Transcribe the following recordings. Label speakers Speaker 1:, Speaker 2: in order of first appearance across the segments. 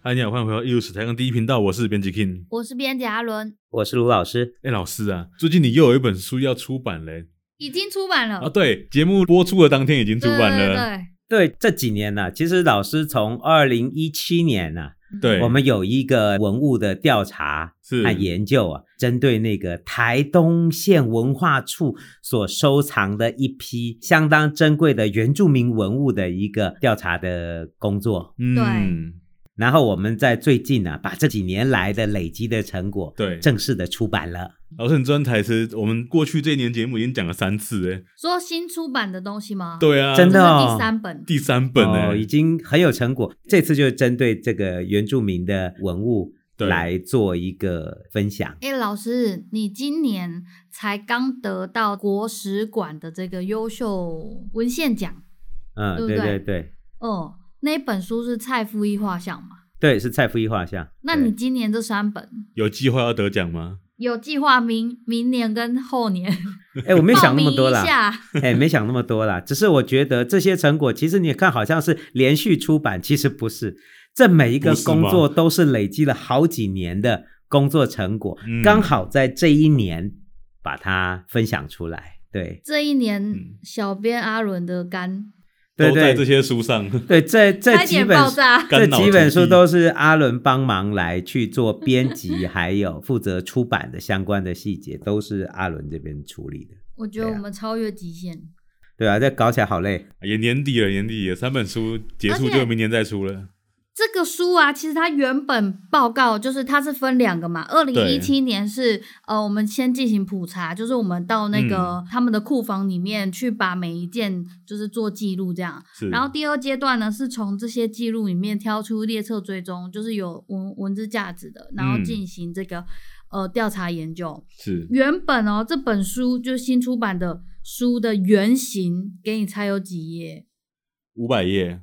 Speaker 1: 嗨，你好，欢迎回到艺术史台跟第一频道，我是编辑 King。
Speaker 2: 我是编辑阿伦，
Speaker 3: 我是卢老师，
Speaker 1: 哎，老师啊，最近你又有一本书要出版嘞、
Speaker 2: 已经出版了，
Speaker 3: 哦
Speaker 1: 啊，对，节目播出的当天已经出
Speaker 2: 对
Speaker 1: 版
Speaker 2: 对
Speaker 1: 了。
Speaker 2: 对，
Speaker 3: 对这几年呢、其实老师从二零一七年呢、
Speaker 2: 嗯
Speaker 1: 对，
Speaker 3: 我们有一个文物的调查
Speaker 1: 是
Speaker 3: 和研究啊，针对那个台东县文化处所收藏的一批相当珍贵的原住民文物的一个调查的工作。
Speaker 1: 嗯，
Speaker 3: 然后我们在最近呢、把这几年来的累积的成果，
Speaker 1: 对
Speaker 3: 正式的出版了。
Speaker 1: 老师，你这段台词我们过去这一年节目已经讲了三次哎。
Speaker 2: 说新出版的东西吗？，
Speaker 1: 对啊，
Speaker 3: 真的哦
Speaker 2: 第三本，
Speaker 1: 第三本哎
Speaker 3: 哦，、已经很有成果。这次就针对这个原住民的文物
Speaker 1: 对
Speaker 3: 来做一个分享。
Speaker 2: 哎、老师，你今年才刚得到国史馆的这个优秀文献奖，
Speaker 3: 嗯，
Speaker 2: 对不
Speaker 3: 对
Speaker 2: 对
Speaker 3: 对对
Speaker 2: 哦，那一本书是蔡夫一画像嘛？
Speaker 3: 对，是蔡夫一画像。
Speaker 2: 那
Speaker 3: 对
Speaker 2: 你今年这三本
Speaker 1: 有计划要得奖吗？
Speaker 2: 有计划明明年跟后年
Speaker 3: 哎， 我没
Speaker 2: 报
Speaker 3: 想那
Speaker 2: 名
Speaker 3: 么多
Speaker 2: 一
Speaker 3: 啦，
Speaker 2: 下，
Speaker 3: 哎，没想那么多啦。只是我觉得这些成果，其实你看好像是连续出版，其实不是。这每一个
Speaker 1: 不是吗
Speaker 3: 工作都是累积了好几年的工作成果，
Speaker 1: 嗯
Speaker 3: 刚好在这一年把它分享出来。对
Speaker 2: 这一年
Speaker 1: 嗯
Speaker 2: 小编阿伦的肝
Speaker 3: 对
Speaker 1: 都在
Speaker 3: 对
Speaker 1: 这些书上。 啊
Speaker 3: 对，这这
Speaker 2: 差
Speaker 3: 几
Speaker 2: 点
Speaker 3: 本
Speaker 2: 爆炸，
Speaker 3: 这
Speaker 1: 干扰
Speaker 3: 几本
Speaker 1: 土
Speaker 3: 书
Speaker 1: 地
Speaker 3: 都是阿伦帮忙来去做编辑，还有负责出版的相关的细节，都是阿伦这边处理的。
Speaker 2: 我觉得
Speaker 3: 对
Speaker 2: 我
Speaker 3: 啊
Speaker 2: 们超越极限。
Speaker 3: 对啊，这搞起来好累。
Speaker 1: 也年底了，年底了，三本书结束
Speaker 2: 而且
Speaker 1: 就明年再出了。
Speaker 2: 这个书啊，其实它原本报告就是它是分两个嘛，二零一七年是呃，我们先进行普查，就是我们到那个、他们的库房里面去把每一件就是做记录这样。
Speaker 1: 是，
Speaker 2: 然后第二阶段呢，是从这些记录里面挑出列册追踪，就是有文文字价值的，然后
Speaker 1: 嗯
Speaker 2: 进行这个、呃调查研究。
Speaker 1: 是
Speaker 2: 原本哦，这本书就是新出版的书的原型，给你猜有几页？
Speaker 1: 五百页，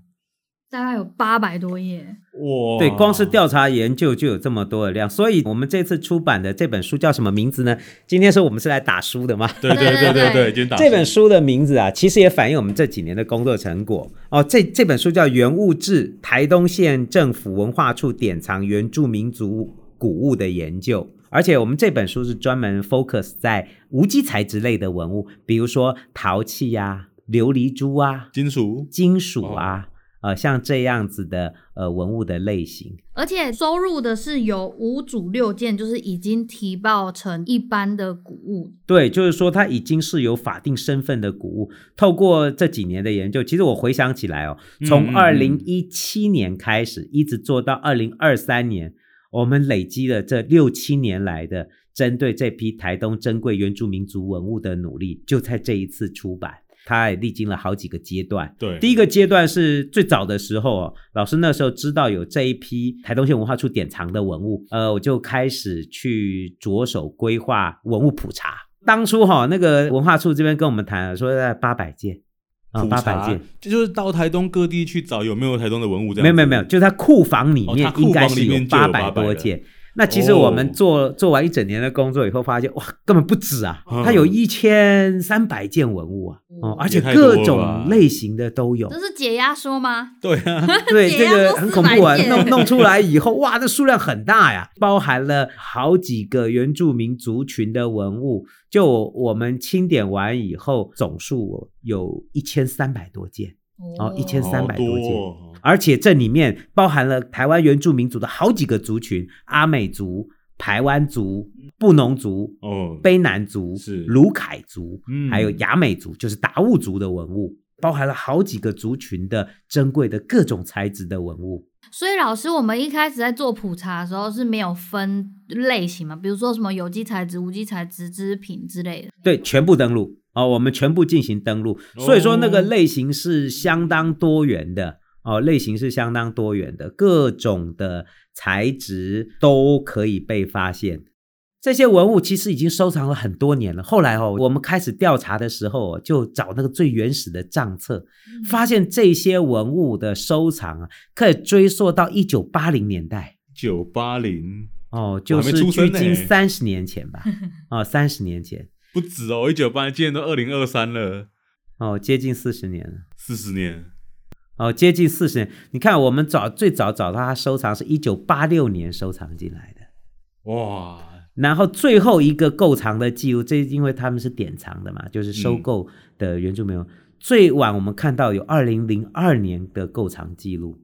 Speaker 2: 大概有八百多页。
Speaker 1: 哇，
Speaker 3: 对，光是调查研究就有这么多的量，所以我们这次出版的这本书叫什么名字呢？今天是我们是来打书的嘛？
Speaker 1: 对对对
Speaker 2: 对
Speaker 1: 对
Speaker 2: 对
Speaker 1: 对，今天打
Speaker 3: 这本书的名字啊，其实也反映我们这几年的工作成果哦。这这本书叫《原物志：台东县政府文化处典藏原住民族古物的研究》，而且我们这本书是专门 focus 在无机材质类的文物，比如说陶器呀、琉璃珠啊、
Speaker 1: 金属
Speaker 3: 金属啊，呃，像这样子的呃文物的类型。
Speaker 2: 而且收入的是有五组六件，就是已经提报成一般的谷物。
Speaker 3: 对，就是说它已经是有法定身份的谷物。透过这几年的研究，其实我回想起来哦，
Speaker 1: 嗯嗯
Speaker 3: 从
Speaker 1: 嗯
Speaker 3: 二零一七年开始，一直做到二零二三年，我们累积了这六七年来的针对这批台东珍贵原住民族文物的努力，就在这一次出版。它也历经了好几个阶段，
Speaker 1: 对，
Speaker 3: 第一个阶段是最早的时候哦，老师那时候知道有这一批台东县文化处典藏的文物，呃，我就开始去着手规划文物普查。当初哈、那个文化处这边跟我们谈啊说在八百件啊，
Speaker 1: 普
Speaker 3: 八
Speaker 1: 查
Speaker 3: 百件，，
Speaker 1: 这就是到台东各地去找有没有台东的文物这样。
Speaker 3: 没有没有没有，，就是它库房里
Speaker 1: 哦
Speaker 3: 面
Speaker 1: 它库
Speaker 3: 应该
Speaker 1: 房
Speaker 3: 是
Speaker 1: 里面
Speaker 3: 有
Speaker 1: 就有
Speaker 3: 八百
Speaker 1: 800
Speaker 3: 多
Speaker 1: 了
Speaker 3: 件。那其实
Speaker 1: 哦
Speaker 3: 我们做、做完一整年的工作以后，发现哇，根本不止啊
Speaker 1: 嗯，
Speaker 3: 它有一千三百件文物啊，哦，而且
Speaker 1: 也太多了
Speaker 3: 各
Speaker 1: 吧
Speaker 3: 种类型的都有
Speaker 2: 这。是解压缩吗？
Speaker 1: 对啊，
Speaker 3: 对，
Speaker 2: 解
Speaker 3: 这
Speaker 2: 压
Speaker 3: 个
Speaker 2: 缩
Speaker 3: 很恐怖啊！
Speaker 2: 400件
Speaker 3: 弄弄出来以后，哇，这数量很大呀，包含了好几个原住民族群的文物。就我们清点完以后，总数有一千三百多件，哦1300
Speaker 1: 好
Speaker 3: 多件
Speaker 1: 哦
Speaker 3: 而且这里面包含了台湾原住民族的好几个族群：阿美族、排湾族、布农族、
Speaker 1: 哦，
Speaker 3: 卑南族
Speaker 1: 是、
Speaker 3: 卢凯族，
Speaker 1: 嗯
Speaker 3: 还有雅美族，就是达悟族的文物。包含了好几个族群的珍贵的各种材质的文物，
Speaker 2: 所以老师，我们一开始在做普查的时候是没有分类型嘛，比如说什么有机材质、无机材质、织品之类的。
Speaker 3: 对，全部登录哦，我们全部进行登录，所以说那
Speaker 1: 哦
Speaker 3: 个类型是相当多元的哦，类型是相当多元的，各种的材质都可以被发现。这些文物其实已经收藏了很多年了。后来哦，我们开始调查的时候哦、就找那个最原始的账册，发现这些文物的收藏啊，可以追溯到一九八零年代。
Speaker 1: 九八零
Speaker 3: 哦，就
Speaker 1: 还没
Speaker 3: 是
Speaker 1: 出生
Speaker 3: 距
Speaker 1: 呢
Speaker 3: 今三十年前吧，啊、哦，三十年前，
Speaker 1: 不止哦，一九八今年都二零二三了，
Speaker 3: 哦，接近四十年了。
Speaker 1: 四十年。
Speaker 3: 哦，接近四十年。你看，我们早最早找到他收藏是一九八六年收藏进来的，
Speaker 1: 哇，
Speaker 3: 然后最后一个购藏的记录，这因为他们是典藏的嘛，就是
Speaker 2: 嗯
Speaker 3: 收购的原住民文物。最晚我们看到有二零零二年的购藏记录，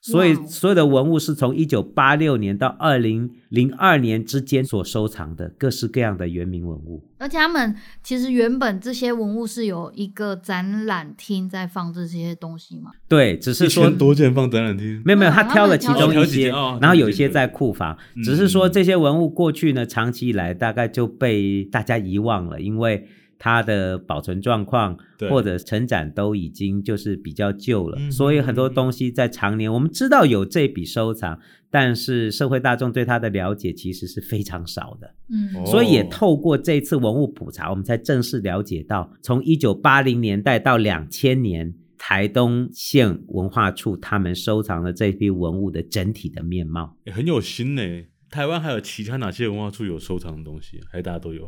Speaker 3: 所以
Speaker 2: 哇哦
Speaker 3: 所有的文物是从一九八六年到二零零二年之间所收藏的各式各样的原民文物。
Speaker 2: 而且他们其实原本这些文物是有一个展览厅在放这些东西嘛，
Speaker 3: 对，只是
Speaker 1: 一
Speaker 3: 说
Speaker 1: 千多件放展览厅，
Speaker 3: 没有没有，
Speaker 2: 嗯
Speaker 3: 他
Speaker 2: 他
Speaker 3: 挑
Speaker 2: 们
Speaker 3: 了
Speaker 2: 挑
Speaker 3: 其
Speaker 2: 了
Speaker 3: 中
Speaker 1: 挑
Speaker 3: 一
Speaker 1: 几
Speaker 3: 些，
Speaker 1: 件哦
Speaker 3: 然后有
Speaker 1: 挑
Speaker 3: 一
Speaker 1: 几件
Speaker 3: 些
Speaker 1: 对
Speaker 3: 在库房。
Speaker 1: 嗯
Speaker 3: 只是说这些文物过去呢，长期以来大概就被大家遗忘了，因为它的保存状况
Speaker 1: 对
Speaker 3: 或者成展都已经就是比较旧了，
Speaker 1: 嗯
Speaker 3: 所以很多
Speaker 1: 嗯嗯
Speaker 3: 东西在常年我们知道有这笔收藏，但是社会大众对它的了解其实是非常少的。
Speaker 2: 嗯，
Speaker 1: 哦
Speaker 3: 所以也透过这次文物普查，我们才正式了解到，从一九八零年代到两千年，台东县文化处他们收藏的这批文物的整体的面貌。
Speaker 1: 也很有心呢、台湾还有其他哪些文化处有收藏的东西？还是大家都有？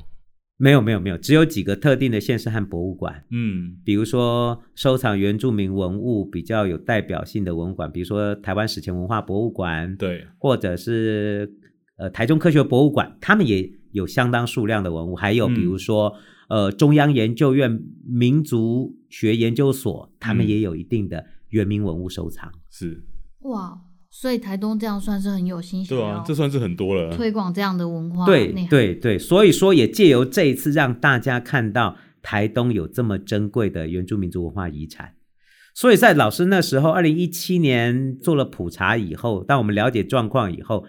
Speaker 3: 没有没有没有，只有几个特定的县市和博物馆，
Speaker 1: 嗯，
Speaker 3: 比如说收藏原住民文物比较有代表性的文物馆，比如说台湾史前文化博物馆，
Speaker 1: 对，
Speaker 3: 或者是呃台中科学博物馆，他们也有相当数量的文物，还有
Speaker 1: 嗯
Speaker 3: 比如说、呃中央研究院民族学研究所，他们
Speaker 1: 嗯
Speaker 3: 也有一定的原民文物收藏。
Speaker 1: 是，
Speaker 2: 哇，所以台东这样算是很有心血、
Speaker 1: 对
Speaker 2: 哦
Speaker 1: 啊，这算是很多了。
Speaker 2: 推广这样的文化
Speaker 3: 对
Speaker 2: 内涵，
Speaker 3: 对对，所以说也借由这一次让大家看到台东有这么珍贵的原住民族文化遗产。所以在老师那时候，二零一七年做了普查以后，当我们了解状况以后，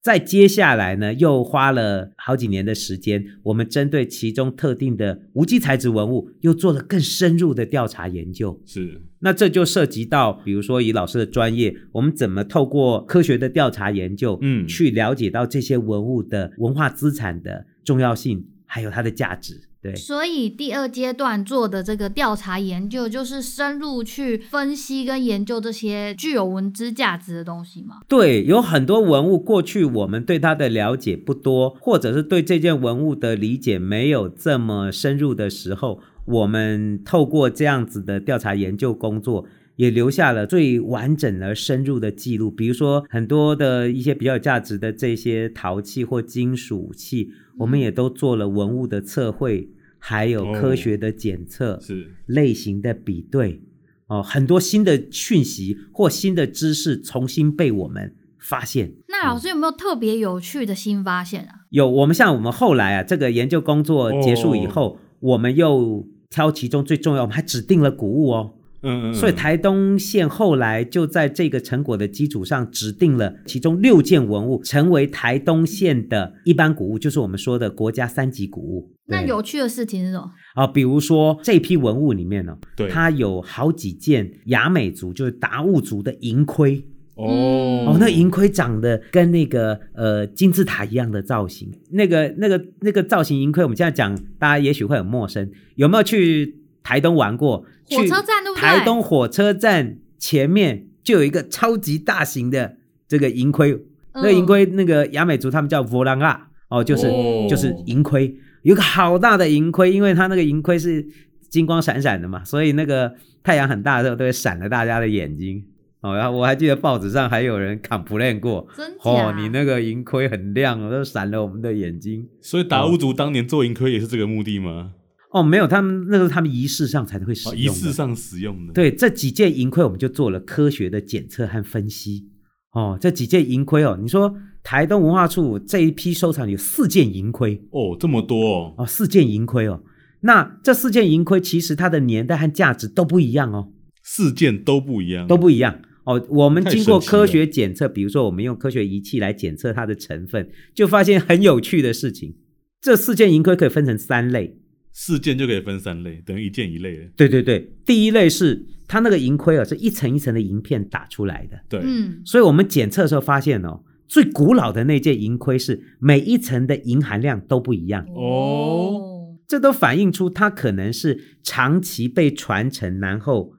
Speaker 3: 再接下来呢，又花了好几年的时间，我们针对其中特定的无机材质文物，又做了更深入的调查研究。
Speaker 1: 是，
Speaker 3: 那这就涉及到，比如说以老师的专业，我们怎么透过科学的调查研究，
Speaker 1: 嗯
Speaker 3: 去了解到这些文物的文化资产的重要性，还有它的价值。对，
Speaker 2: 所以第二阶段做的这个调查研究，就是深入去分析跟研究这些具有文资价值的东西嘛。
Speaker 3: 对，有很多文物过去我们对它的了解不多，或者是对这件文物的理解没有这么深入的时候，我们透过这样子的调查研究工作。也留下了最完整而深入的记录，比如说很多的一些比较有价值的这些陶器或金属器，我们也都做了文物的测绘，还有科
Speaker 1: 哦
Speaker 3: 学的检测，
Speaker 1: 是，
Speaker 3: 类型的比对，哦，很多新的讯息或新的知识重新被我们发现。
Speaker 2: 那老师有没有特别有趣的新发现啊？
Speaker 3: 有我们像我们后来啊，这个研究工作结束以后，我们又挑其中最重要，我们还指定了古物哦。
Speaker 1: 嗯嗯，
Speaker 3: 所以台东县后来就在这个成果的基础上，指定了其中六件文物成为台东县的一般古物，就是我们说的国家三级古物。
Speaker 2: 那
Speaker 3: 对
Speaker 2: 有趣的事情是什么？
Speaker 3: 啊，比如说这批文物里面哦呢、
Speaker 1: 对
Speaker 3: 它有好几件雅美族，就是达悟族的银盔
Speaker 1: 哦
Speaker 3: 哦，那银盔长得跟那个呃金字塔一样的造型，那个那个那个造型银盔，我们现在讲大家也许会很陌生，有没有去台东玩过？
Speaker 2: 火
Speaker 3: 去
Speaker 2: 车站对不对
Speaker 3: 台东火车站前面就有一个超级大型的这个银盔，那
Speaker 2: 嗯
Speaker 3: 个银盔那个雅美族他们叫 v o l a n g a 哦，就是、
Speaker 1: 哦
Speaker 3: 就是银盔，有一个好大的银盔，因为它那个银盔是金光闪闪的嘛，所以那个太阳很大的时候都会闪了大家的眼睛。哦，然后我还记得报纸上还有人 complain 过，
Speaker 2: 真假？
Speaker 3: 哦，你那个银盔很亮哦，都闪了我们的眼睛。
Speaker 1: 所以达悟族当年做银科也是这个目的吗？
Speaker 3: 哦，没有，他们那是他们仪式上才会使
Speaker 1: 哦
Speaker 3: 用的。
Speaker 1: 仪式上使用的，，
Speaker 3: 对这几件银盔，我们就做了科学的检测和分析。哦，这几件银盔哦，你说台东文化处这一批收藏有四件银盔
Speaker 1: 哦，这么多哦，
Speaker 3: 哦，四件银盔哦。那这四件银盔其实它的年代和价值都不一样哦，
Speaker 1: 事件都不一样，
Speaker 3: 都不一样哦。我们
Speaker 1: 太
Speaker 3: 经过
Speaker 1: 神奇了
Speaker 3: 科学检测，比如说我们用科学仪器来检测它的成分，就发现很有趣的事情。这四件银盔可以分成三类，
Speaker 1: 事件就可以分三类，等于一件一类了。
Speaker 3: 对对对，第一类是它那个银盔啊，是一层一层的银片打出来的。
Speaker 1: 对，
Speaker 2: 嗯，
Speaker 3: 所以我们检测的时候发现哦，最古老的那件银盔是每一层的银含量都不一样，
Speaker 1: 哦，
Speaker 3: 这都反映出它可能是长期被传承，然后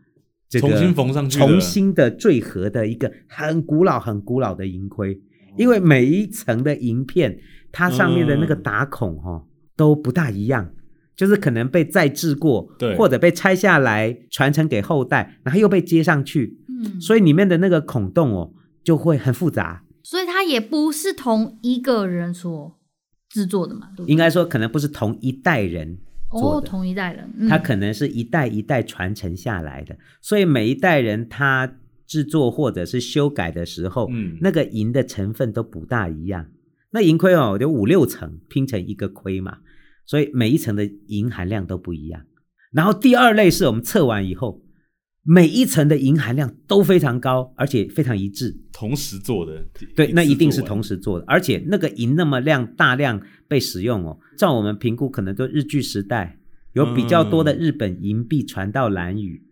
Speaker 3: 这个
Speaker 1: 重新缝上去的
Speaker 3: 重新的缀合的一个很古老、很古老的银盔，因为哦每一层的银片它上面的那个打孔哦、都不大一样。就是可能被再制过，
Speaker 1: 对
Speaker 3: 或者被拆下来传承给后代，然后又被接上去，
Speaker 2: 嗯，
Speaker 3: 所以里面的那个孔洞哦就会很复杂。
Speaker 2: 所以他也不是同一个人所制作的嘛，对不对
Speaker 3: 应该说可能不是同一代人
Speaker 2: 哦
Speaker 3: 做，的，
Speaker 2: 同一代人，嗯、
Speaker 3: 它可能是一代一代传承下来的，所以每一代人他制作或者是修改的时候，
Speaker 1: 嗯
Speaker 3: 那个银的成分都不大一样。那银盔哦，有五六层拼成一个盔嘛，所以每一层的银含量都不一样。然后第二类是我们测完以后，每一层的银含量都非常高，而且非常一致。
Speaker 1: 同时做的，
Speaker 3: 对，那一定是同
Speaker 1: 时
Speaker 3: 时做的，而且那个银那么量大量被使用哦，照我们评估，可能都日据时代有比较多的
Speaker 1: 嗯
Speaker 3: 日本银币传到兰屿，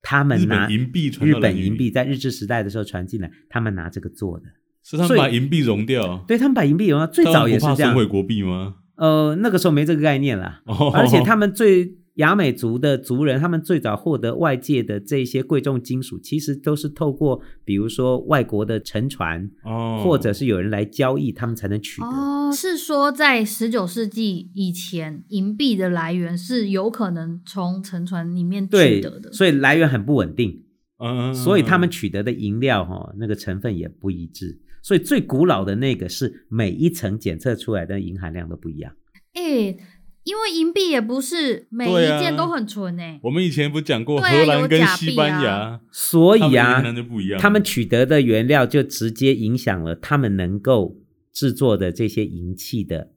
Speaker 3: 他
Speaker 1: 日
Speaker 3: 们拿
Speaker 1: 本银币传
Speaker 3: 啊日
Speaker 1: 到兰
Speaker 3: 本
Speaker 1: 屿
Speaker 3: 银币，在日治时代的时候传进来，他们拿这个做的，
Speaker 1: 是他
Speaker 3: 所
Speaker 1: 们
Speaker 3: 以
Speaker 1: 把银币融掉。
Speaker 3: 对他们把银币用到最
Speaker 1: 他
Speaker 3: 早
Speaker 1: 们
Speaker 3: 也
Speaker 1: 不
Speaker 3: 是
Speaker 1: 怕
Speaker 3: 这样
Speaker 1: 损，毁国币吗？
Speaker 3: 呃，那个时候没这个概念啦，
Speaker 1: 哦
Speaker 3: 而且他们最。雅美族的族人，他们最早获得外界的这些贵重金属，其实都是透过比如说外国的沉船，
Speaker 1: 哦，
Speaker 3: 或者是有人来交易，他们才能取得。
Speaker 2: 哦，是说在十九世纪以前，银币的来源是有可能从沉船里面取
Speaker 3: 对
Speaker 2: 得的，，
Speaker 3: 所以来源很不稳定，
Speaker 1: 嗯，嗯
Speaker 3: 所以他们
Speaker 1: 嗯
Speaker 3: 取得的银料哈、那个成分也不一致。所以最古老的那个是每一层检测出来的银含量都不一样。
Speaker 2: 哎、因为银币也不是每
Speaker 1: 对
Speaker 2: 一
Speaker 1: 啊
Speaker 2: 件都很纯哎、
Speaker 1: 我们以前不讲过
Speaker 2: 对啊
Speaker 1: 荷兰跟
Speaker 2: 有假币
Speaker 1: 西班
Speaker 2: 啊
Speaker 1: 牙，
Speaker 3: 所以
Speaker 1: 他
Speaker 3: 啊
Speaker 1: 们的云南，就不一样，
Speaker 3: 他们取得的原料就直接影响了他们能够制作的这些银器的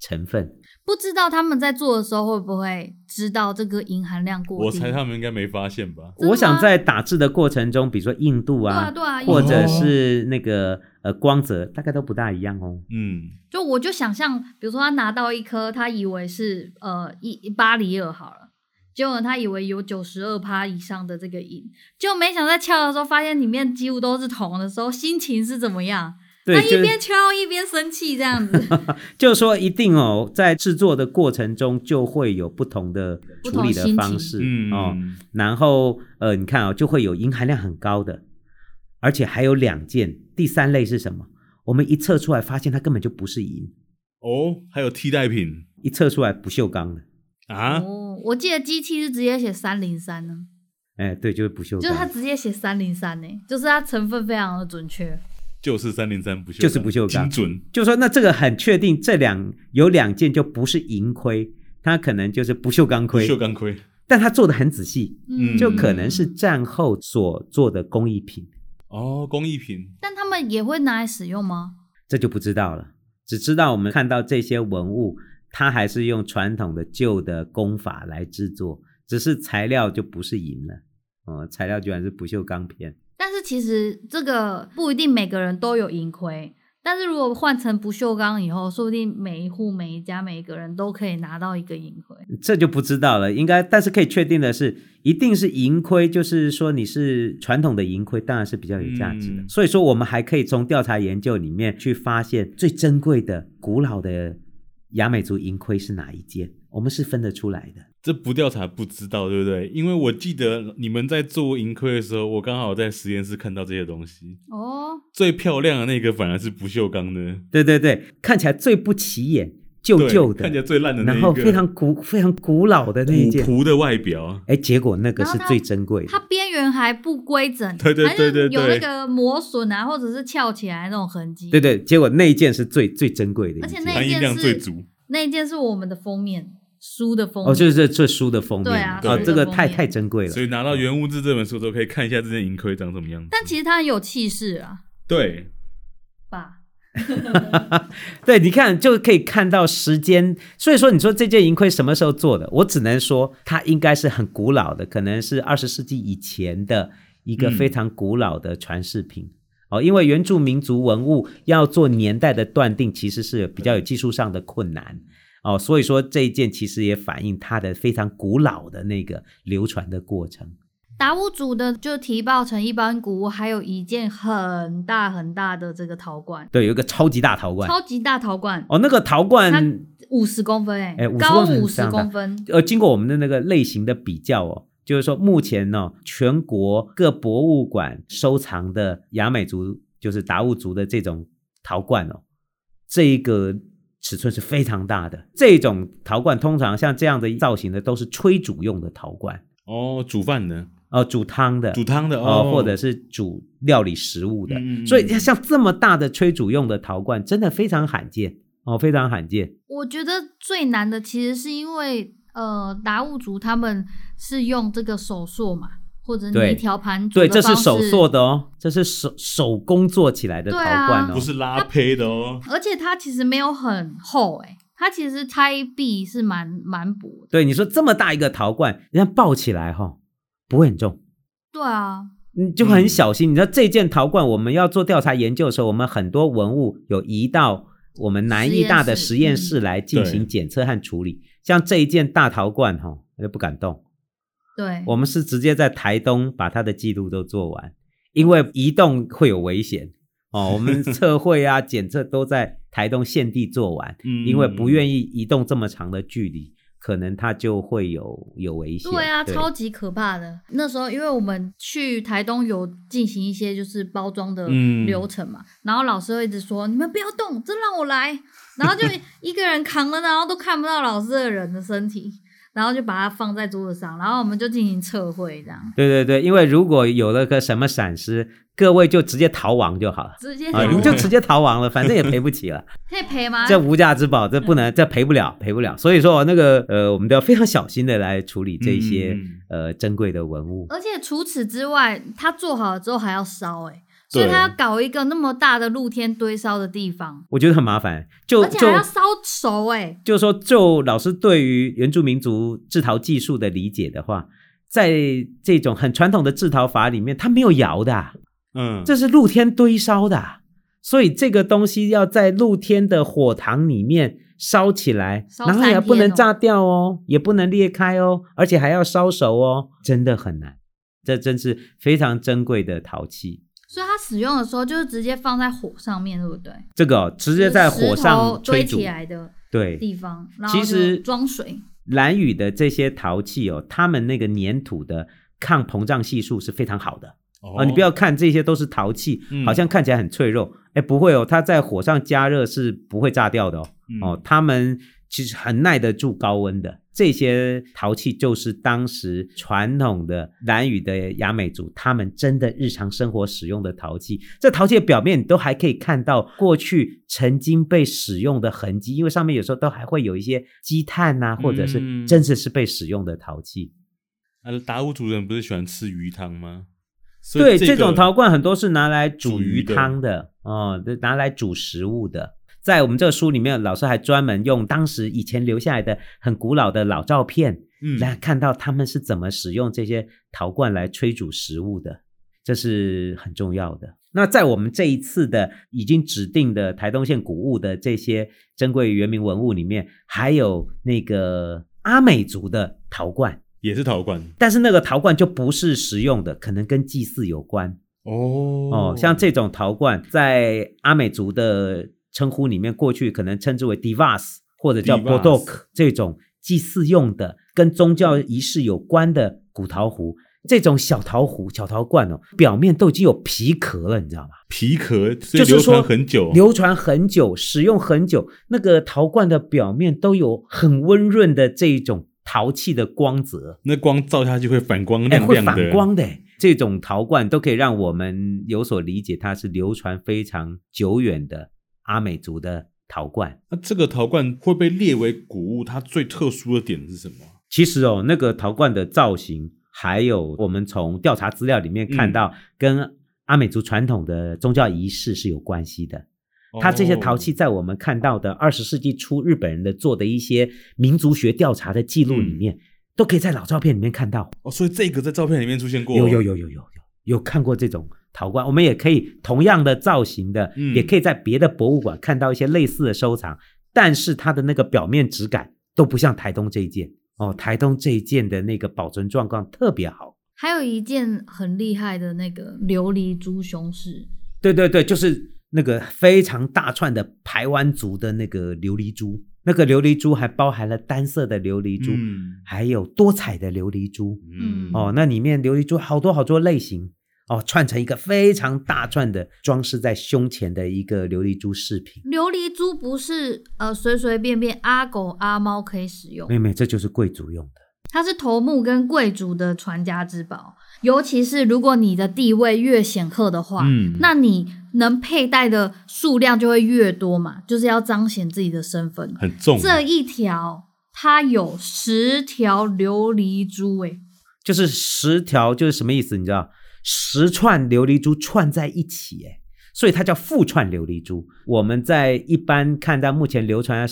Speaker 3: 成分。
Speaker 2: 不知道他们在做的时候会不会知道这个银含量过
Speaker 1: 我
Speaker 2: 低？
Speaker 1: 猜他们应该没发现吧？
Speaker 2: 真的吗
Speaker 3: 我想在打制的过程中，比如说印度
Speaker 2: 对
Speaker 3: 啊，
Speaker 2: 啊对啊，
Speaker 3: 或者
Speaker 2: 有
Speaker 3: 是那个呃光泽，大概都不大一样哦。
Speaker 1: 嗯，
Speaker 2: 就我就想象，比如说他拿到一颗，他以为是呃一巴里尔好了，结果他以为有九十二趴以上的这个银，结果没想到在敲的时候发现里面几乎都是铜的时候，心情是怎么样？
Speaker 3: 对，
Speaker 2: 他
Speaker 3: 就
Speaker 2: 一
Speaker 3: 是
Speaker 2: 边敲一边生气这样子，
Speaker 3: 就是说，一定哦，在制作的过程中就会有不同的
Speaker 2: 不
Speaker 3: 处
Speaker 2: 同
Speaker 3: 理
Speaker 2: 心
Speaker 3: 的
Speaker 2: 情
Speaker 3: 方式，
Speaker 1: 嗯
Speaker 3: 哦，然后呃，你看哦，就会有银含量很高的，而且还有两件，第三类是什么？我们一测出来发现它根本就不是银，
Speaker 1: 哦，还有替代品
Speaker 3: 一测出来不锈钢的，
Speaker 1: 啊，
Speaker 2: 哦，我记得机器是直接写三零三呢，
Speaker 3: 哎，对，就是不锈
Speaker 2: 就是它
Speaker 3: 钢，
Speaker 2: 直接写三零三呢，就是它成分非常的准确。
Speaker 1: 就是三零三不锈钢，
Speaker 3: 就是不锈
Speaker 1: 精
Speaker 3: 钢
Speaker 1: 准，
Speaker 3: 就说那这个很确定，这两有两件就不是银盔，它可能就是不锈钢
Speaker 1: 不
Speaker 3: 盔，
Speaker 1: 锈钢盔，
Speaker 3: 但它做的很仔细，
Speaker 1: 嗯
Speaker 3: 就可能是战后所做的工艺品。
Speaker 1: 哦，工艺品，
Speaker 2: 但他们也会拿来使用吗？
Speaker 3: 这就不知道了，只知道我们看到这些文物，它还是用传统的旧的工法来制作，只是材料就不是银了，哦、材料居然是不锈钢片。
Speaker 2: 但是其实这个不一定每个人都有盈亏，但是如果换成不锈钢以后，说不定每一户、每一家、每一个人都可以拿到一个盈亏。
Speaker 3: 这就不知道了，应该，但是可以确定的是，一定是银盔，就是说你是传统的银盔，当然是比较有价值的。
Speaker 1: 嗯
Speaker 3: 所以说，我们还可以从调查研究里面去发现最珍贵的、古老的雅美族银盔是哪一件，我们是分得出来的。
Speaker 1: 这不调查不知道，对不对？因为我记得你们在做盈亏的时候，我刚好在实验室看到这些东西，
Speaker 2: 哦，
Speaker 1: 最漂亮的那个反而是不锈钢的，
Speaker 3: 对对对，看起来最不起眼、旧
Speaker 1: 对
Speaker 3: 旧的，
Speaker 1: 看起来最烂的那一
Speaker 3: 然
Speaker 1: 个，
Speaker 3: 后非常古、非常古老的那一
Speaker 1: 古
Speaker 3: 件，
Speaker 1: 朴的外表，
Speaker 3: 哎，结果那个
Speaker 2: 然后
Speaker 3: 是
Speaker 2: 它
Speaker 3: 最珍贵的
Speaker 2: 它。边缘还不规整，
Speaker 1: 对对
Speaker 2: 还是
Speaker 1: 对对
Speaker 2: 有那
Speaker 1: 对
Speaker 2: 个磨损啊，或者是翘起来那种痕迹。
Speaker 3: 对对，结果那一件是最最珍贵的一
Speaker 2: 而
Speaker 3: 件，
Speaker 2: 且那
Speaker 1: 含
Speaker 2: 一
Speaker 1: 银量
Speaker 2: 件
Speaker 1: 最
Speaker 2: 是
Speaker 1: 足，
Speaker 2: 那一件是我们的封面书的封面，
Speaker 3: 哦，就是这这书的封面
Speaker 2: 对啊
Speaker 1: 对
Speaker 3: 这个
Speaker 2: 对
Speaker 3: 太
Speaker 2: 封面
Speaker 3: 太珍贵了
Speaker 1: 所。以拿到《原物志》这本书之后，可以看一下这件银盔长什么样子。
Speaker 2: 但其实它很有气势啊，
Speaker 1: 对，
Speaker 2: 吧？
Speaker 3: 对，你看就可以看到时间，所以说你说这件银盔什么时候做的，我只能说它应该是很古老的，可能是二十世纪以前的一个
Speaker 1: 嗯
Speaker 3: 非常古老的传世品。哦，因为原住民族文物要做年代的断定，其实是比较有技术上的困难哦，所以说这一件其实也反映它的非常古老的那个流传的过程。
Speaker 2: 达悟族的就提报成一般古物，还有一件很大很大的这个陶罐，
Speaker 3: 对，有一个超级大陶罐，
Speaker 2: 超级大陶罐，
Speaker 3: 哦，那个陶罐
Speaker 2: 它五十公分哎、
Speaker 3: 哎50
Speaker 2: 高
Speaker 3: 公分
Speaker 2: 五
Speaker 3: 非
Speaker 2: 十
Speaker 3: 常大
Speaker 2: 公分，
Speaker 3: 呃，经过我们的那个类型的比较哦，就是说目前呢、全国各博物馆收藏的雅美族，就是达悟族的这种陶罐哦，这一个尺寸是非常大的。这种陶罐通常像这样的造型的都是炊煮用的陶罐，
Speaker 1: 哦，煮饭的，
Speaker 3: 呃，煮汤的，
Speaker 1: 煮汤的
Speaker 3: 哦，
Speaker 1: 哦，
Speaker 3: 或者是煮料理食物的。
Speaker 1: 嗯嗯嗯
Speaker 3: 所以像这么大的炊煮用的陶罐，真的非常罕见哦，非常罕见。
Speaker 2: 我觉得最难的其实是因为呃，达悟族他们是用这个手塑嘛，或者
Speaker 3: 对
Speaker 2: 泥条盘煮
Speaker 3: 对，
Speaker 2: 的
Speaker 3: 这是
Speaker 2: 方式
Speaker 3: 手做的哦，这是手手工做起来的陶
Speaker 2: 对啊
Speaker 3: 罐哦，
Speaker 1: 不是拉胚的哦，
Speaker 2: 而且它其实没有很厚诶、它其实胎壁是蛮蛮薄的。
Speaker 3: 对，你说这么大一个陶罐，人家抱起来哈、不会很重，
Speaker 2: 对啊，
Speaker 3: 你就很
Speaker 1: 嗯
Speaker 3: 小心。你知道这件陶罐，我们要做调查研究的时候，我们很多文物有移到我们南
Speaker 2: 实
Speaker 3: 艺
Speaker 2: 验
Speaker 3: 大的
Speaker 2: 室
Speaker 3: 实验
Speaker 2: 嗯
Speaker 3: 室来进行
Speaker 1: 对
Speaker 3: 检测和处理。像这一件大陶罐哈、那就不敢动。
Speaker 2: 对，
Speaker 3: 我们是直接在台东把它的记录都做完，因为移动会有危险哦。我 们测绘啊、检测都在台东现地做完，
Speaker 1: 嗯
Speaker 3: 因为不
Speaker 1: 意
Speaker 3: 愿意移动这么长的距离，可能它就会有有危险。
Speaker 2: 对啊，超级可怕的。那时候，因为我们去台东有进行一些就是包装的
Speaker 1: 嗯
Speaker 2: 流程嘛，然后老师会一直说你们不要动，这让我来。 然后就一个人扛了，然后都看不到老师的人的身体， 然后就把它放在桌子上，然后我们就进行测绘，这样
Speaker 3: 对对对，因为如果有了个什么闪失，各位就直接逃亡就好了。
Speaker 2: 直接
Speaker 3: 啊，
Speaker 2: 走
Speaker 3: 你就直接逃亡了，反正也赔不起 了，
Speaker 2: 可以赔吗？
Speaker 3: 这无价之宝，这不能，这赔不了，赔不了。所以说，那个呃，我们都要非常小心的来处理这些、
Speaker 1: 嗯
Speaker 3: 呃珍贵的文物。
Speaker 2: 而且除此之外，它做好了之后还要烧、欸，所以
Speaker 1: 对
Speaker 2: 它要搞一个那么大的露天堆烧的地方，
Speaker 3: 我觉得很麻烦，就
Speaker 2: 而且
Speaker 3: 就
Speaker 2: 还要烧熟、欸，
Speaker 3: 就说，就老师对于原住民族制陶技术的理解的话，在这种很传统的制陶法里面，它没有窑的啊、
Speaker 1: 嗯，
Speaker 3: 这是露天堆烧的啊、所以这个东西要在露天的火塘里面烧起来，
Speaker 2: 烧
Speaker 3: 然后
Speaker 2: 三
Speaker 3: 也不能
Speaker 2: 天哦
Speaker 3: 炸掉哦，也不能裂开哦，而且还要烧熟哦，真的很难。这真是非常珍贵的陶器。
Speaker 2: 所以它使用的时候就是直接放在火上面，对不对？
Speaker 3: 这个、哦、直接在火上
Speaker 2: 就是石头堆
Speaker 3: 炊煮
Speaker 2: 起，来的
Speaker 3: 对，
Speaker 2: 地方，然后
Speaker 3: 其实
Speaker 2: 就装水，
Speaker 3: 蓝雨的这些陶器哦，他们那个粘土的抗膨胀系数是非常好的啊、
Speaker 1: 哦
Speaker 3: 你不要看这些都是陶器，
Speaker 1: 嗯
Speaker 3: 好像看起来很脆弱，哎，不会哦，它在火上加热是不会炸掉的哦。
Speaker 1: 嗯
Speaker 3: 哦，他们其实很耐得住高温的。这些陶器就是当时传统的蓝语的雅美族，他们真的日常生活使用的陶器。这陶器的表面你都还可以看到过去曾经被使用的痕迹，因为上面有时候都还会有一些积碳呐、或者是
Speaker 1: 嗯
Speaker 3: 真的是被使用的陶器。
Speaker 1: 啊，达悟族人不是喜欢吃鱼汤吗？所以
Speaker 3: 对，
Speaker 1: 这
Speaker 3: 这种
Speaker 1: 个
Speaker 3: 陶罐很多是拿来煮
Speaker 1: 煮
Speaker 3: 鱼
Speaker 1: 鱼的
Speaker 3: 汤的哦，拿来煮食物的。在我们这个书里面，老师还专门用当时以前留下来的很古老的老照片，
Speaker 1: 嗯
Speaker 3: 来看到他们是怎么使用这些陶罐来炊煮食物的，这是很重要的。那在我们这一次的已经指定的台东县古物的这些珍贵原民文物里面，还有那个阿美族的陶罐，
Speaker 1: 也是陶罐
Speaker 3: 但是那个陶罐就不是食用的，可能跟祭祀有关
Speaker 1: 哦
Speaker 3: 哦。像这种陶罐，在阿美族的称呼里面，过去可能称之为 divas 或者叫
Speaker 1: Divas
Speaker 3: bodok 这种祭祀用的、跟宗教仪式有关的古陶壶。这种小陶壶、小陶罐哦，表面都已经有皮壳了，你知道吗？
Speaker 1: 皮壳，所
Speaker 3: 就
Speaker 1: 以
Speaker 3: 是
Speaker 1: 流
Speaker 3: 说
Speaker 1: 传很久，
Speaker 3: 流传很久，使用很久，那个陶罐的表面都有很温润的这一种陶器的光泽。
Speaker 1: 那光照下去会反光
Speaker 3: 哎，
Speaker 1: 亮
Speaker 3: 会
Speaker 1: 亮的，
Speaker 3: 反光的哎。这种陶罐都可以让我们有所理解，它是流传非常久远的阿美族的陶罐。
Speaker 1: 那这个陶罐会被列为古物，它最特殊的点是什么？
Speaker 3: 其实哦，那个陶罐的造型，还有我们从调查资料里面看
Speaker 1: 嗯
Speaker 3: 到，跟阿美族传统的宗教仪式是有关系的。
Speaker 1: 哦
Speaker 3: 它这些陶器在我们看到的二十世纪初日本人的做的一些民族学调查的记录里
Speaker 1: 嗯
Speaker 3: 面，都可以在老照片里面看到。
Speaker 1: 哦，所以这个在照片里面出现过，嗯
Speaker 3: 有有有有有有有看过这种陶罐，我们也可以同样的造型的，
Speaker 1: 嗯
Speaker 3: 也可以在别的博物馆看到一些类似的收藏，但是它的那个表面质感都不像台东这一件哦，台东这一件的那个保存状况特别好。
Speaker 2: 还有一件很厉害的那个琉璃猪熊饰，
Speaker 3: 对对对，就是那个非常大串的排湾族的那个琉璃珠，那个琉璃珠还包含了单色的琉璃珠，
Speaker 1: 嗯
Speaker 3: 还有多彩的琉璃珠。
Speaker 1: 嗯
Speaker 2: 嗯
Speaker 3: 哦，那里面琉璃珠好多好多类型哦，串成一个非常大串的装饰在胸前的一个琉璃珠饰品。
Speaker 2: 琉璃珠不是呃随随便便阿狗阿猫可以使用
Speaker 3: 妹，妹，这就是贵族用的。
Speaker 2: 它是头目跟贵族的传家之宝，尤其是如果你的地位越显赫的话，
Speaker 1: 嗯
Speaker 2: 那你能佩戴的数量就会越多嘛，就是要彰显自己的身份。
Speaker 1: 很重，
Speaker 2: 这一条它有十条琉璃珠、欸，
Speaker 3: 就是十条，就是什么意思？你知道，十串琉璃珠串在一起，哎，所以它叫复串琉璃珠。我们在一般看到目前流传啊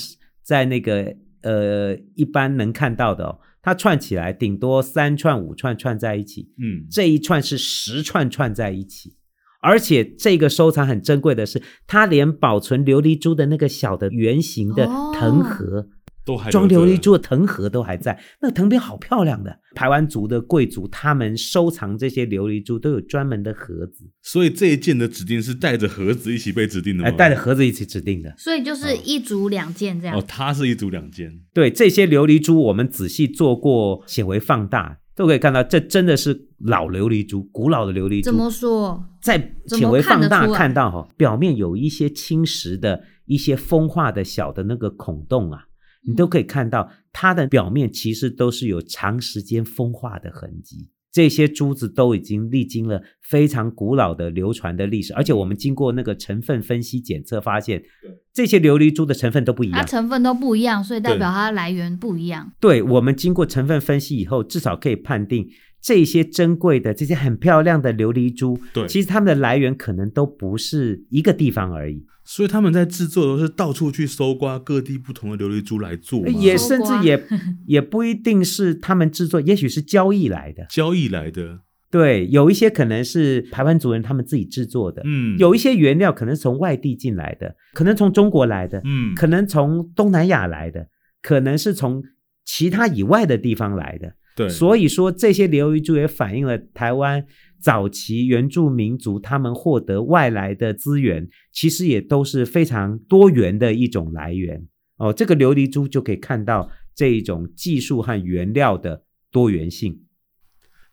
Speaker 3: 在那个呃一般能看到的哦，它串起来顶多三串五串串在一起，
Speaker 1: 嗯，
Speaker 3: 这一串是十串串在一起。而且这个收藏很珍贵的是，它连保存琉璃珠的那个小的圆形的
Speaker 2: 哦
Speaker 3: 藤盒，
Speaker 1: 都还
Speaker 3: 装
Speaker 1: 留
Speaker 3: 琉
Speaker 1: 着
Speaker 3: 璃珠的藤盒都还在，那个藤边好漂亮的。台湾族的贵族他们收藏这些琉璃珠都有专门的盒子，
Speaker 1: 所以这一件的指定是带着盒子一起被指定的吗？
Speaker 3: 哎，带着盒子一起指定的。
Speaker 2: 所以就是一组两件这样。
Speaker 1: 哦，它是一组两件，
Speaker 3: 对这些琉璃珠，我们仔细做过显微放大，都可以看到，这真的是老琉璃珠，古老的琉璃
Speaker 2: 怎
Speaker 3: 珠。
Speaker 2: 么说？
Speaker 3: 在显微放
Speaker 2: 怎么看得
Speaker 3: 大
Speaker 2: 出来
Speaker 3: 看到哈、表面有一些侵蚀的一些风化的小的那个孔洞啊，
Speaker 2: 嗯
Speaker 3: 你都可以看到它的表面其实都是有长时间风化的痕迹。这些珠子都已经历经了非常古老的流传的历史，而且我们经过那个成分分析检测发现，这些琉璃珠的成分都不一
Speaker 2: 它
Speaker 3: 样。
Speaker 2: 成分都不一样，所以代
Speaker 1: 对
Speaker 2: 表它的来源不一样。
Speaker 3: 对我们经过成分分析以后，至少可以判定这些珍贵的、这些很漂亮的琉璃珠，
Speaker 1: 对
Speaker 3: 其实它们的来源可能都不是一个地方而已，
Speaker 1: 所以他们在制作都是到处去搜刮各地不同的琉璃珠来做吗，
Speaker 3: 呃也
Speaker 2: 搜
Speaker 3: 甚至
Speaker 2: 刮
Speaker 3: 也 也不一定是他们制作，也许是交易来的。
Speaker 1: 交易来的，
Speaker 3: 对，有一些可能是台湾族人他们自己制作的，
Speaker 1: 嗯，
Speaker 3: 有一些原料可能是从外地进来的，可能从中国来的，
Speaker 1: 嗯，
Speaker 3: 可能从东南亚来的，可能是从其他以外的地方来的。
Speaker 1: 对，
Speaker 3: 所以说，这些留遗珠也反映了台湾早期原住民族他们获得外来的资源，其实也都是非常多元的一种来源。哦，这个琉璃珠就可以看到这一种技术和原料的多元性。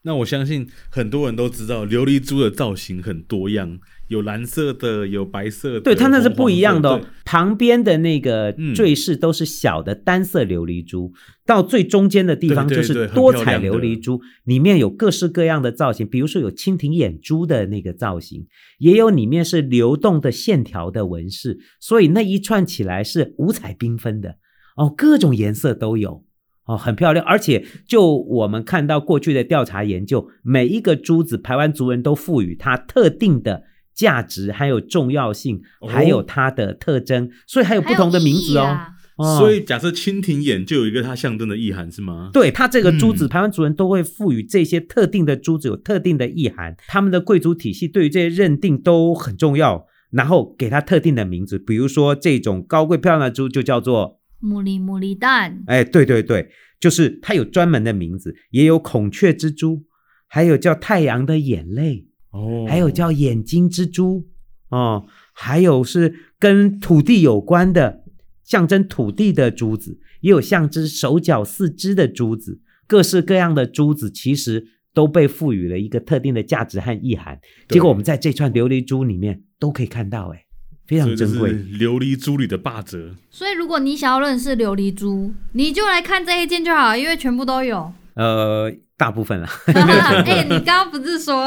Speaker 1: 那我相信很多人都知道，琉璃珠的造型很多样，有蓝色的，有白色的，
Speaker 3: 对，它那是
Speaker 1: 红黄
Speaker 3: 不一样的、哦
Speaker 1: 色。
Speaker 3: 旁边的那个
Speaker 1: 嗯
Speaker 3: 坠饰都是小的单色琉璃珠，到最中间的地方
Speaker 1: 对
Speaker 3: 就
Speaker 1: 对
Speaker 3: 是
Speaker 1: 对很
Speaker 3: 多
Speaker 1: 漂
Speaker 3: 彩
Speaker 1: 亮的
Speaker 3: 琉璃珠，里面有各式各样的造型，比如说有蜻蜓眼珠的那个造型，也有里面是流动的线条的纹饰，所以那一串起来是五彩缤纷的哦，各种颜色都有。哦，很漂亮，而且就我们看到过去的调查研究，每一个珠子，台湾族人都赋予它特定的价值，还有重要性，
Speaker 1: 哦
Speaker 3: 还有它的特征，所以还有不同的名
Speaker 2: 还有意
Speaker 3: 字
Speaker 2: 义
Speaker 3: 哦。
Speaker 2: 啊
Speaker 3: 哦
Speaker 1: 所以假设蜻蜓眼就有一个它象征的意涵是吗？
Speaker 3: 对它这个珠子，
Speaker 1: 嗯
Speaker 3: 台湾族人都会赋予这些特定的珠子有特定的意涵，他们的贵族体系对于这些认定都很重要，然后给它特定的名字，比如说这种高贵漂亮的珠就叫做
Speaker 2: 牡蛎牡蛎蛋，
Speaker 3: 哎，对对对，就是它有专门的名字，也有孔雀之珠，还有叫太阳的眼泪，
Speaker 1: 哦
Speaker 3: 还有叫眼睛之珠哦，还有是跟土地有关的，象征土地的珠子，也有象征手脚四肢的珠子，各式各样的珠子其实都被赋予了一个特定的价值和意涵。
Speaker 1: 对
Speaker 3: 结果我们在这串琉璃珠里面都可以看到，哎，非
Speaker 1: 所
Speaker 3: 常
Speaker 1: 以这
Speaker 3: 珍
Speaker 1: 是
Speaker 3: 贵。
Speaker 1: 琉璃珠里的霸者，
Speaker 2: 所以如果你想要认识琉璃珠，你就来看这一件就好，因为全部都 有。
Speaker 3: 呃，大部分啦。
Speaker 2: 哎、你刚刚不是说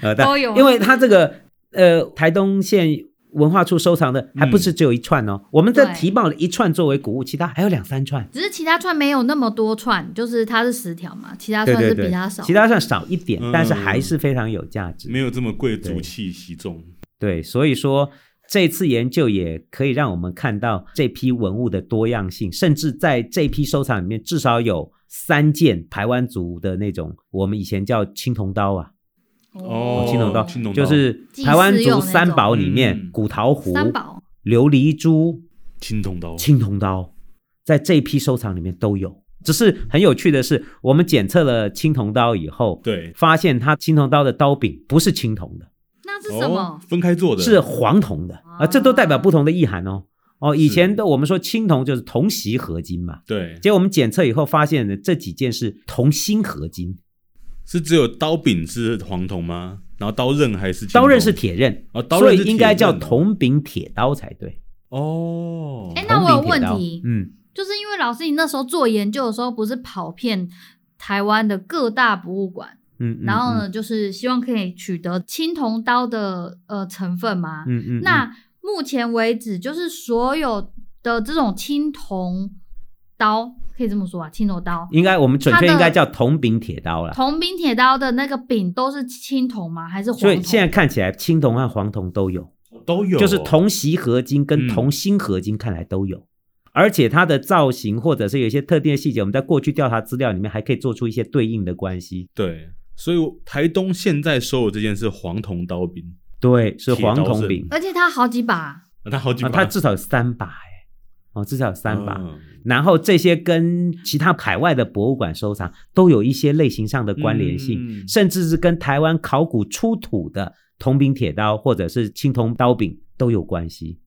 Speaker 3: 呃，但
Speaker 2: 都有
Speaker 3: 因为它这个呃，台东县文化处收藏的还不是只有一串哦，我们这
Speaker 2: 对
Speaker 3: 提报了一串作为古物，其他还有两三串，
Speaker 2: 只是其他串没有那么多串，就是它是十条嘛，其他
Speaker 3: 对
Speaker 2: 串
Speaker 3: 对
Speaker 2: 是比
Speaker 3: 对
Speaker 2: 较，少。
Speaker 3: 其他算少一点，
Speaker 1: 嗯
Speaker 3: 但是还是非常有价值。
Speaker 1: 没有这么贵族
Speaker 3: 对
Speaker 1: 气息重。
Speaker 3: 对，所以说这次研究也可以让我们看到这批文物的多样性，甚至在这批收藏里面，至少有三件台湾族的那种，我们以前叫青铜刀啊，
Speaker 1: 哦
Speaker 3: 青铜刀，
Speaker 1: 青铜刀
Speaker 3: 就是
Speaker 2: 祭祀
Speaker 3: 台湾
Speaker 2: 用
Speaker 3: 族
Speaker 2: 那种
Speaker 3: 三宝里面
Speaker 1: 嗯，
Speaker 3: 古陶壶、
Speaker 2: 三宝
Speaker 3: 琉璃珠、
Speaker 1: 青铜刀，
Speaker 3: 青铜刀，在这一批收藏里面都有。只是很有趣的是，我们检测了青铜刀以后，
Speaker 1: 对，
Speaker 3: 发现它青铜刀的刀柄不是青铜的，
Speaker 2: 那是什么
Speaker 1: 哦？分开做的，
Speaker 3: 是黄铜的啊，这都代表不同的意涵哦。哦，以前的我们说青铜就是铜锡合金嘛，
Speaker 1: 对，
Speaker 3: 结果我们检测以后发现呢，这几件是铜锌合金，
Speaker 1: 是只有刀柄是黄铜吗？然后刀刃还是
Speaker 3: 刀刃是
Speaker 1: 青
Speaker 3: 铁刃，
Speaker 1: 铜哦，刀
Speaker 3: 所
Speaker 1: 刃
Speaker 3: 以
Speaker 1: 是铁
Speaker 3: 应该叫
Speaker 1: 刃哦
Speaker 3: 铜柄铁刀才对。
Speaker 1: 哦。
Speaker 2: 哎那我有
Speaker 3: 铜柄铁刀
Speaker 2: 问题
Speaker 3: 嗯，
Speaker 2: 就是因为老师你那时候做研究的时候，不是跑遍台湾的各大博物馆，
Speaker 3: 嗯，嗯
Speaker 2: 然后呢，，就是希望可以取得青铜刀的呃成分吗？
Speaker 3: 嗯嗯嗯，
Speaker 2: 那目前为止，就是所有的这种青铜刀，可以这么说啊，青铜刀、
Speaker 3: 应该我们准
Speaker 2: 它
Speaker 3: 确
Speaker 2: 的
Speaker 3: 应该叫铜柄铁刀啦。
Speaker 2: 铜柄铁刀的那个柄都是青铜吗？还是黄
Speaker 3: 所以
Speaker 2: 铜？
Speaker 3: 现在看起来，青铜和黄铜都有，
Speaker 1: 都有哦，
Speaker 3: 就是铜锡合金跟
Speaker 1: 嗯
Speaker 3: 铜锌合金看来都有，而且它的造型或者是有一些特定的细节，我们在过去调查资料里面还可以做出一些对应的关系。
Speaker 1: 对，所以我台东现在收有这件是黄铜刀柄，
Speaker 3: 对，是
Speaker 1: 铁刀
Speaker 3: 黄铜
Speaker 1: 是
Speaker 3: 柄
Speaker 2: 而且它好几把，
Speaker 1: 啊它好几
Speaker 3: 啊，
Speaker 1: 把，
Speaker 3: 它至少有三把哎，哦，至少有三把。
Speaker 1: 嗯
Speaker 3: 然后这些跟其他海外的博物馆收藏都有一些类型上的关联性，
Speaker 1: 嗯
Speaker 3: 甚至是跟台湾考古出土的铜柄铁刀或者是青铜刀柄都有关系。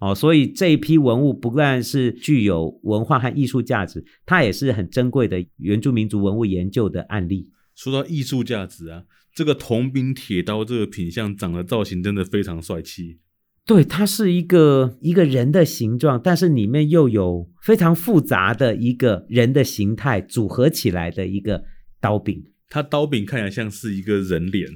Speaker 3: 哦，所以这一批文物不但是具有文化和艺术价值，它也是很珍贵的原住民族文物研究的案例。
Speaker 1: 说到艺术价值啊，这个铜柄铁刀这个品相长的造型真的非常帅气，
Speaker 3: 对，它是一个一个人的形状，但是里面又有非常复杂的一个人的形态组合起来的一个刀柄。
Speaker 1: 它刀柄看起来像是一个人脸，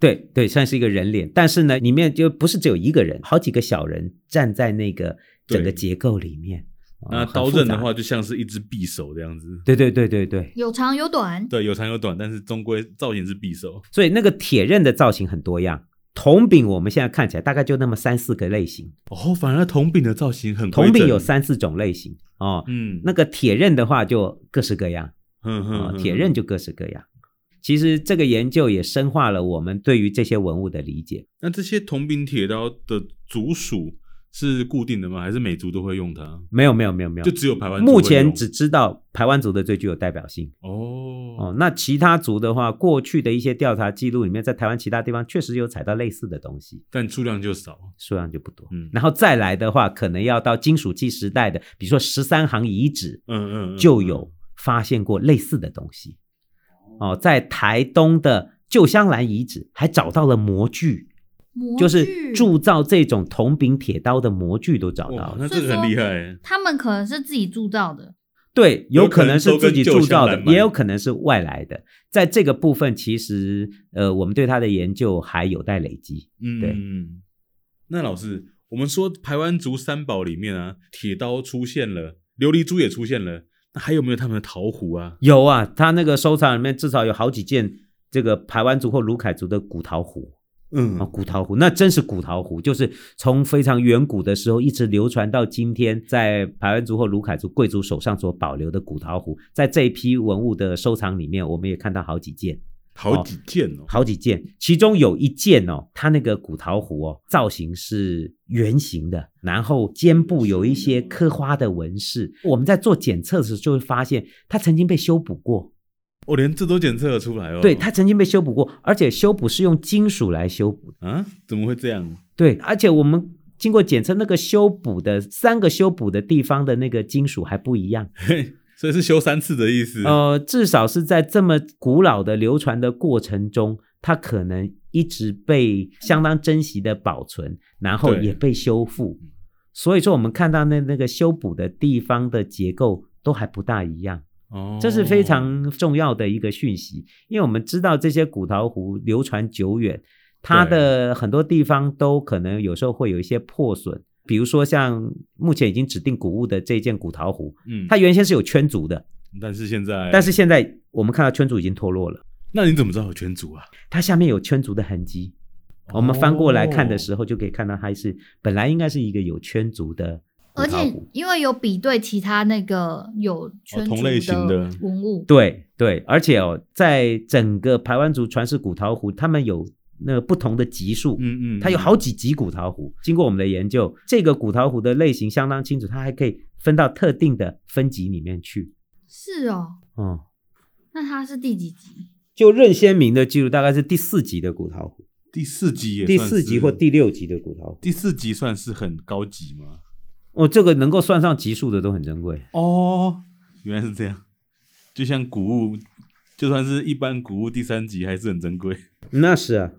Speaker 3: 对对，算是一个人脸，但是呢，里面就不是只有一个人，好几个小人站在那个整个
Speaker 1: 对
Speaker 3: 结构里面。哦
Speaker 1: 那
Speaker 3: 很
Speaker 1: 刀
Speaker 3: 复
Speaker 1: 刃的
Speaker 3: 杂
Speaker 1: 话就像是一只匕首这样子。
Speaker 3: 对对对对对，
Speaker 2: 有长有短。
Speaker 1: 对，有长有短，但是终归造型是匕首。
Speaker 3: 所以那个铁刃的造型很多样。铜柄我们现在看起来大概就那么三四个类型，
Speaker 1: 哦，反而铜柄的造型很规
Speaker 3: 铜柄
Speaker 1: 整
Speaker 3: 有，三四种类型哦。
Speaker 1: 嗯，
Speaker 3: 那个铁刃的话就各式各样
Speaker 1: 哼哼
Speaker 3: 啊、
Speaker 1: 哼
Speaker 3: 铁刃就各式各样。其实这个研究也深化了我们对于这些文物的理解。
Speaker 1: 那这些铜柄铁刀的族属是固定的吗？还是每族都会用它？
Speaker 3: 没有没有没有没有
Speaker 1: 就，只有台湾族会
Speaker 3: 目前
Speaker 1: 用
Speaker 3: 只知道台湾族的最具有代表性。
Speaker 1: 哦
Speaker 3: 哦，那其他族的话，过去的一些调查记录里面，在台湾其他地方确实有采到类似的东西，
Speaker 1: 但数量就少。
Speaker 3: 数量就不多。
Speaker 1: 嗯
Speaker 3: 然后再来的话，可能要到金属器时代的，比如说十三行遗址
Speaker 1: 嗯嗯嗯，
Speaker 3: 就有发现过类似的东西。哦，在台东的旧香兰遗址还找到了模具，
Speaker 2: 模
Speaker 3: 就是
Speaker 2: 具
Speaker 3: 铸造这种铜柄铁刀的模具都找到
Speaker 1: 哇，
Speaker 3: 了。
Speaker 1: 那这个很厉害。
Speaker 2: 他们可能是自己铸造的，
Speaker 3: 对，
Speaker 1: 有
Speaker 3: 有
Speaker 1: 可
Speaker 3: 可能
Speaker 1: 能
Speaker 3: 是
Speaker 1: 都
Speaker 3: 自
Speaker 1: 跟
Speaker 3: 己
Speaker 1: 旧
Speaker 3: 铸
Speaker 1: 香
Speaker 3: 造
Speaker 1: 兰
Speaker 3: 的，
Speaker 1: 买
Speaker 3: 也有
Speaker 1: 的
Speaker 3: 可能是外来的。在这个部分，其实呃，我们对它的研究还有待累积。
Speaker 1: 嗯，
Speaker 3: 对
Speaker 1: 嗯那老师，我们说台湾族三宝里面啊，铁刀出现了，琉璃珠也出现了，那还有没有他们的桃核啊？
Speaker 3: 有啊，他那个收藏里面至少有好几件这个排湾族或卢凯族的古陶壶
Speaker 1: 嗯
Speaker 3: 啊，古陶壶那真是古陶壶，就是从非常远古的时候一直流传到今天，在排湾族或卢凯族贵族手上所保留的古陶壶，在这一批文物的收藏里面，我们也看到好几件。
Speaker 1: 好几件哦。
Speaker 3: 好几件，其中有一件哦，它那个古陶壶哦，造型是圆形的，然后肩部有一些刻花的纹饰。我们在做检测的时候就会发现，它曾经被修补过，
Speaker 1: 我、哦连这都检测得出来哦。
Speaker 3: 对，它曾经被修补过，而且修补是用金属来修补的，
Speaker 1: 啊，怎么会这样？
Speaker 3: 对，而且我们。经过检测，那个修补的三个修补的地方的那个金属还不一样，
Speaker 1: 嘿，所以是修三次的意思。
Speaker 3: 呃，至少是在这么古老的流传的过程中，它可能一直被相当珍惜的保存，然后
Speaker 1: 对
Speaker 3: 也被修复。所以说，我们看到那那个修补的地方的结构都还不大一样，
Speaker 1: 哦，
Speaker 3: 这是非常重要的一个讯息，因为我们知道这些古陶壶流传久远，它的很多地方都可能有时候会有一些破损，比如说像目前已经指定古物的这件古陶壶，
Speaker 1: 嗯，
Speaker 3: 它原先是有圈足的，
Speaker 1: 但是现在，
Speaker 3: 但是现在我们看到圈足已经脱落了，
Speaker 1: 那你怎么知道有圈族啊？
Speaker 3: 它下面有圈足的痕迹。
Speaker 1: 哦
Speaker 3: 我们翻过来看的时候，就可以看到它是本来应该是一个有圈足的葡
Speaker 2: 而
Speaker 3: 萄
Speaker 2: 且
Speaker 3: 壶。
Speaker 2: 因为有比对其他那个有圈
Speaker 1: 哦同
Speaker 2: 族
Speaker 1: 类型的
Speaker 2: 文物，
Speaker 3: 对对，而且哦，在整个排湾族传世古陶壶，他们有那个不同的级数，
Speaker 1: 嗯嗯，
Speaker 3: 它有好几级古陶壶。经过我们的研究，这个古陶壶的类型相当清楚，它还可以分到特定的分级里面去。
Speaker 2: 是哦。
Speaker 3: 哦、
Speaker 2: 那它是第几集？
Speaker 3: 就任先明的记录，大概是第四级的古陶壶，
Speaker 1: 第四集也
Speaker 3: 第
Speaker 1: 算
Speaker 3: 四级
Speaker 1: 是
Speaker 3: 或第六级的古陶壶。
Speaker 1: 第四集算是很高级吗？
Speaker 3: 哦，这个能够算上级数的都很珍贵。
Speaker 1: 哦，原来是这样。就像古物，就算是一般古物，第三集还是很珍贵。
Speaker 3: 那是啊，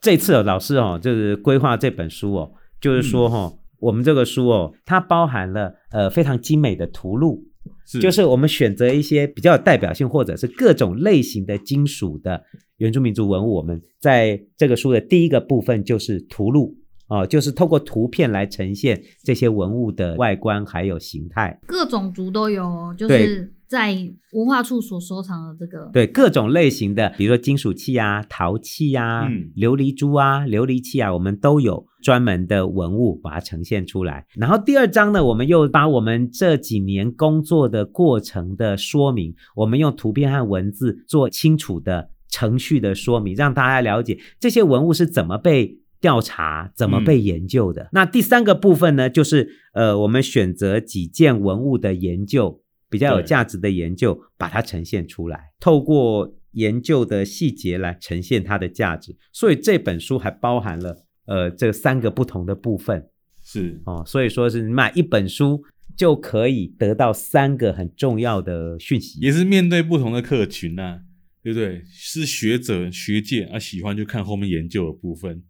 Speaker 3: 这次哦，老师哦，就是规划这本书哦，就是说哈、哦，我们这个书哦，它包含了呃非常精美的图录，
Speaker 1: 是
Speaker 3: 就是我们选择一些比较有代表性或者是各种类型的金属的原住民族文物。我们在这个书的第一个部分就是图录哦，就是透过图片来呈现这些文物的外观还有形态。
Speaker 2: 各种族都有哦，就
Speaker 3: 对
Speaker 2: 是在文化处所收藏的这个。
Speaker 3: 对各种类型的，比如说金属器啊、陶器啊、
Speaker 1: 嗯
Speaker 3: 琉璃珠啊、琉璃器啊，我们都有专门的文物把它呈现出来。然后第二章呢，我们又把我们这几年工作的过程的说明，我们用图片和文字做清楚的程序的说明，让大家了解这些文物是怎么被。调查怎么被研究的？那第三个部分呢，就是呃，我们选择几件文物的研究，比较有
Speaker 1: 对
Speaker 3: 价值的研究，把它呈现出来，透过研究的细节来呈现它的价值。所以这本书还包含了呃这三个不同的部分
Speaker 1: 是，
Speaker 3: 哦，所以说是你买一本书就可以得到三个很重要的讯息。
Speaker 1: 也是面对不同的客群呐、对不对？是学者、学界啊，喜欢就看后面研究的部分。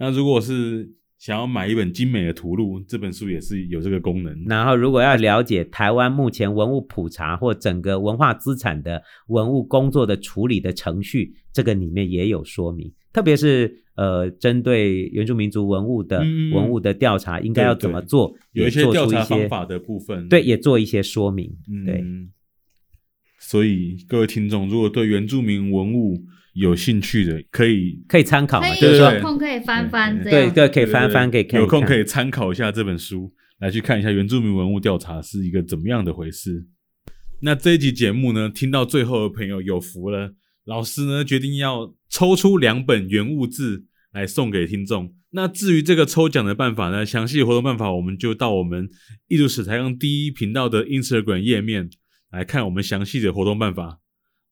Speaker 1: 那如果是想要买一本精美的图录，这本书也是有这个功能。
Speaker 3: 然后，如果要了解台湾目前文物普查或整个文化资产的文物工作的处理的程序，这个里面也有说明，特别是呃，针对原住民族文物的、
Speaker 1: 嗯嗯嗯
Speaker 3: 文物的调查，应该要怎么
Speaker 1: 对对
Speaker 3: 做，
Speaker 1: 有
Speaker 3: 也
Speaker 1: 一些
Speaker 3: 做
Speaker 1: 调
Speaker 3: 出
Speaker 1: 查
Speaker 3: 一
Speaker 1: 方
Speaker 3: 些
Speaker 1: 法的部分，
Speaker 3: 对，也做一些说明。对，
Speaker 1: 嗯，所以各位听众，如果对原住民文物有兴趣的，可以
Speaker 3: 可以参考
Speaker 2: 可
Speaker 3: 嘛，
Speaker 2: 以啊
Speaker 3: 就是
Speaker 1: 对
Speaker 2: 有
Speaker 3: 说，
Speaker 2: 空可以翻翻这
Speaker 3: 对
Speaker 2: 样。
Speaker 3: 对，可以翻
Speaker 1: 对
Speaker 3: 翻，可以
Speaker 1: 对
Speaker 3: 看一看。
Speaker 1: 有空可以参考一下这本书，来去看一下原住民文物调查是一个怎么样的回事。那这一集节目呢，听到最后的朋友有福了，老师呢决定要抽出两本原物志来送给听众。那至于这个抽奖的办法呢，详细活动办法我们就到我们艺术史台上第一频道的 Instagram 页面来看我们详细的活动办法。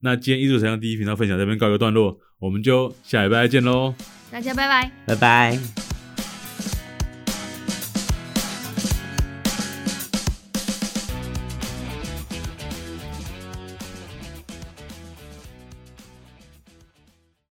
Speaker 1: 那今天艺术史台上第一频道分享这边告一个段落，我们就下礼拜再见喽。
Speaker 2: 大家拜拜。
Speaker 3: 拜拜。